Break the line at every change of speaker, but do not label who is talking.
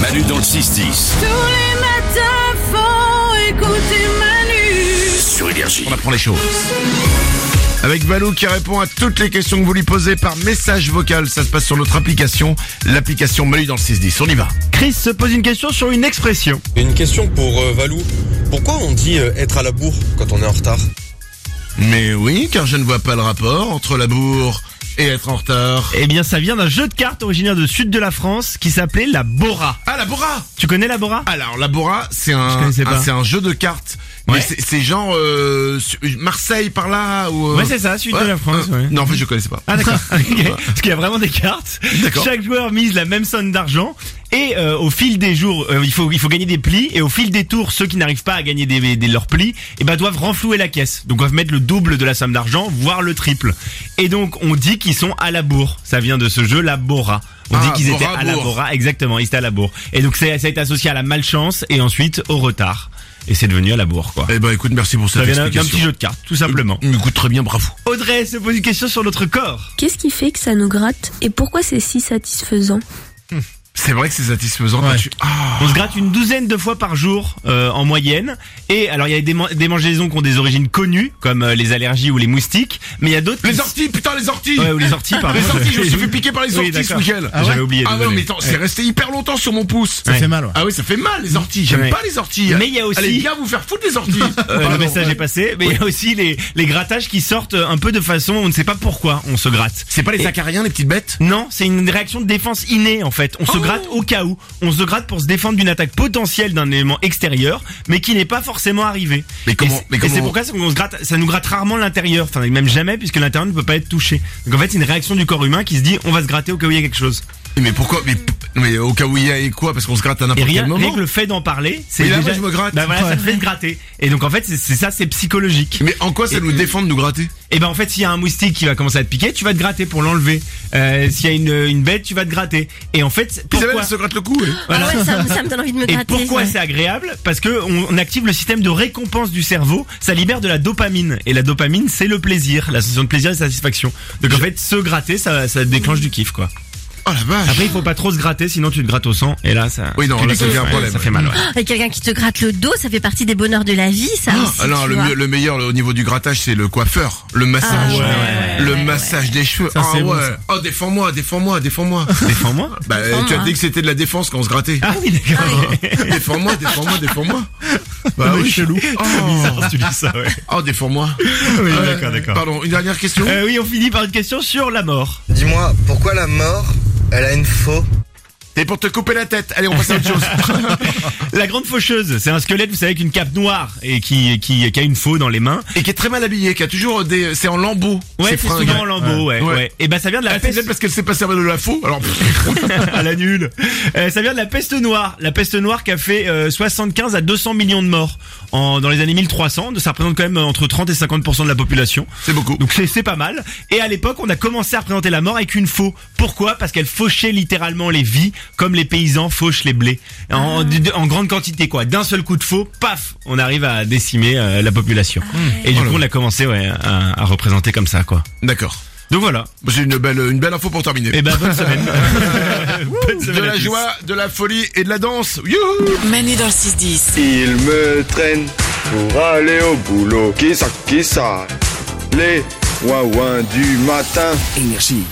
Manu dans le 6-10
Tous les matins, faut écouter Manu.
sur Énergie.
On apprend les choses.
Avec Valou qui répond à toutes les questions que vous lui posez par message vocal. Ça se passe sur notre application, l'application Manu dans le 610. On y va. Chris se pose une question sur une expression.
Une question pour euh, Valou. Pourquoi on dit euh, être à la bourre quand on est en retard
Mais oui, car je ne vois pas le rapport entre la bourre et être en retard.
Eh bien, ça vient d'un jeu de cartes originaire du sud de la France qui s'appelait la Bora.
Ah, la bourra
Tu connais la Bora
Alors, la bourra, c'est un,
connaissais
un-
pas.
c'est un jeu de cartes.
Ouais.
Mais c'est- c'est genre euh, su- Marseille par là ou. euh,
Ouais, c'est ça, sud de la France, ouais.
Non, en fait, je connaissais pas.
Ah d'accord. Ok. Parce qu'il y a vraiment des cartes.
D'accord.
Chaque joueur mise la même somme d'argent et euh, au fil des jours, euh, il faut il faut gagner des plis et au fil des tours, ceux qui n'arrivent pas à gagner des, des- leurs plis, eh ben doivent renflouer la caisse. Donc doivent mettre le double de la somme d'argent, voire le triple. Et donc on dit qu'ils sont à la bourre. Ça vient de ce jeu la Bora. On
Ah,
dit qu'ils étaient
Bora,
à la
bourre.
Bora, exactement, ils étaient à la bourre. Et donc c'est- ça a été associé à la malchance et ensuite au retard. Et c'est devenu à la bourre quoi.
Eh ben, écoute, merci pour
Ça
cette
vient d'un- d'un
explication.
petit jeu de cartes, tout simplement.
Il Écoute, très bien, bravo.
Audrey se pose une question sur notre corps.
Qu'est-ce qui fait que ça nous gratte et pourquoi c'est si satisfaisant
C'est vrai que c'est satisfaisant quand
Ouais.
tu. Ah.
On se gratte une douzaine de fois par jour euh, en moyenne. Et alors il y a des, man- des mangeaisons qui ont des origines connues, comme euh, les allergies ou les moustiques. Mais il y a d'autres.
Les
qui-
orties, putain, les orties
Ouais, ou les orties, pardon.
Les sorties, je me suis
Oui,
fait piquer par les orties ce
d'accord.
week-end.
Ah ouais J'avais oublié,
Ah non,
désolé.
mais attends, c'est resté hyper longtemps sur mon pouce.
Ça fait Ouais. mal,
ouais. Ah oui, ça fait mal les orties. J'aime
Ouais.
pas les orties.
Mais il y a aussi-
Allez bien vous faire foutre les orties.
Euh,
Pardon.
le message est passé, mais il y a aussi les, les grattages qui sortent un peu de façon, on ne sait pas pourquoi on se gratte.
C'est pas les acariens, les petites bêtes
Non, c'est une réaction de défense innée en fait. On se
Oh.
gratte au cas où. On se gratte pour se défendre d'une attaque potentielle d'un élément extérieur, mais qui n'est pas forcément arrivé.
Mais comment-
Et c'est-
mais
et
comment-
c'est pourquoi ça, on se gratte, ça nous gratte rarement l'intérieur, enfin même jamais, puisque l'intérieur ne peut pas être touché. Donc en fait, c'est une réaction du corps humain qui se dit on va se gratter au cas où il y a quelque chose.
Mais pourquoi mais, mais au cas où il y a et quoi Parce qu'on se gratte à
Et
n'importe
rien,
quel
rien
moment.
que le fait d'en parler, c'est
Oui, là,
déjà.
moi, je me gratte.
Bah voilà,
Ouais.
ça te fait te gratter. Et donc en fait, c'est c'est ça, c'est psychologique.
Mais en quoi ça nous défend de nous gratter
Et ben en fait, s'il y a un moustique qui va commencer à te piquer, tu vas te gratter pour l'enlever. Euh, s'il y a une, une bête, tu vas te gratter. Et en fait,
Isabelle
pourquoi
elle se gratte le cou. elle.
Voilà.
Ah ouais, ça, ça me donne envie de me
Et
gratter.
pourquoi
ouais.
c'est agréable Parce que on, on active le système de récompense du cerveau, ça libère de la dopamine. Et la dopamine, c'est le plaisir, la sensation de plaisir et de satisfaction. Donc en fait, se gratter, ça, ça déclenche du kiff, quoi.
Oh la vache.
Après, il faut pas trop se gratter, sinon tu te grattes au sang. Et là, ça...
Oui, non,
tu
là,
dis-
ça devient un
ouais,
problème,
Ça
ouais.
fait mal, ouais.
Et quelqu'un qui te gratte le dos, ça fait partie des bonheurs de la vie, ça aussi,
Ah non,
tu
le,
vois.
mieux- le meilleur le- au niveau du grattage, c'est le coiffeur, le massage,
Ah ouais,
le
ouais, ouais.
massage des cheveux.
Ça,
ah
c'est
ouais.
bon, ça.
oh défends-moi, défends-moi, défends-moi.
Défends-moi.
bah tu as dit que c'était de la défense quand on se grattait.
Ah oui, d'accord.
Défends-moi, défends-moi, défends-moi. Bah
Mais
oui.
chelou.
Oh,
Bizarre, tu dis ça, ouais.
oh, défends-moi.
Oui,
Euh,
d'accord, d'accord.
Pardon, une dernière question.
Euh, oui, on finit par une question sur la mort.
Dis-moi, pourquoi la mort, elle a une faux
C'est pour te couper la tête. Allez, on passe à autre chose.
La grande faucheuse, c'est un squelette, vous savez, avec une cape noire et qui, qui, qui a une faux dans les mains.
Et qui est très mal habillée, qui a toujours des, c'est en lambeaux. ses
Ouais, c'est
fringues.
souvent en lambeau, ouais.
Ouais.
ouais. Et ben ça vient de la
Ah, c'est
peste
peut-être parce qu'elle sait pas servir de la faux. Alors, pff,
à la nulle. Euh, ça vient de la peste noire, la peste noire qui a fait euh, 75 à 200 millions de morts en, dans les années 1300. Ça représente quand même euh, entre 30 et 50 de la population.
c'est beaucoup.
Donc c'est c'est pas mal. Et à l'époque, on a commencé à représenter la mort avec une faux. Pourquoi Parce qu'elle fauchait littéralement les vies, comme les paysans fauchent les blés en, en grande quantité, quoi. D'un seul coup de faux, paf, on arrive à décimer euh, la population. Et du
Oh là
coup,
là.
on a commencé ouais, à, à représenter comme ça, quoi.
D'accord.
Donc voilà.
C'est une belle, une belle info pour terminer.
Et ben bonne semaine. bonne
de
à
la
tous.
joie, de la folie et de la danse. Youhou
Manu dans le 6-10.
Il me traîne pour aller au boulot. Qui ça, qui ça Les ouin ouin du matin.
Énergie.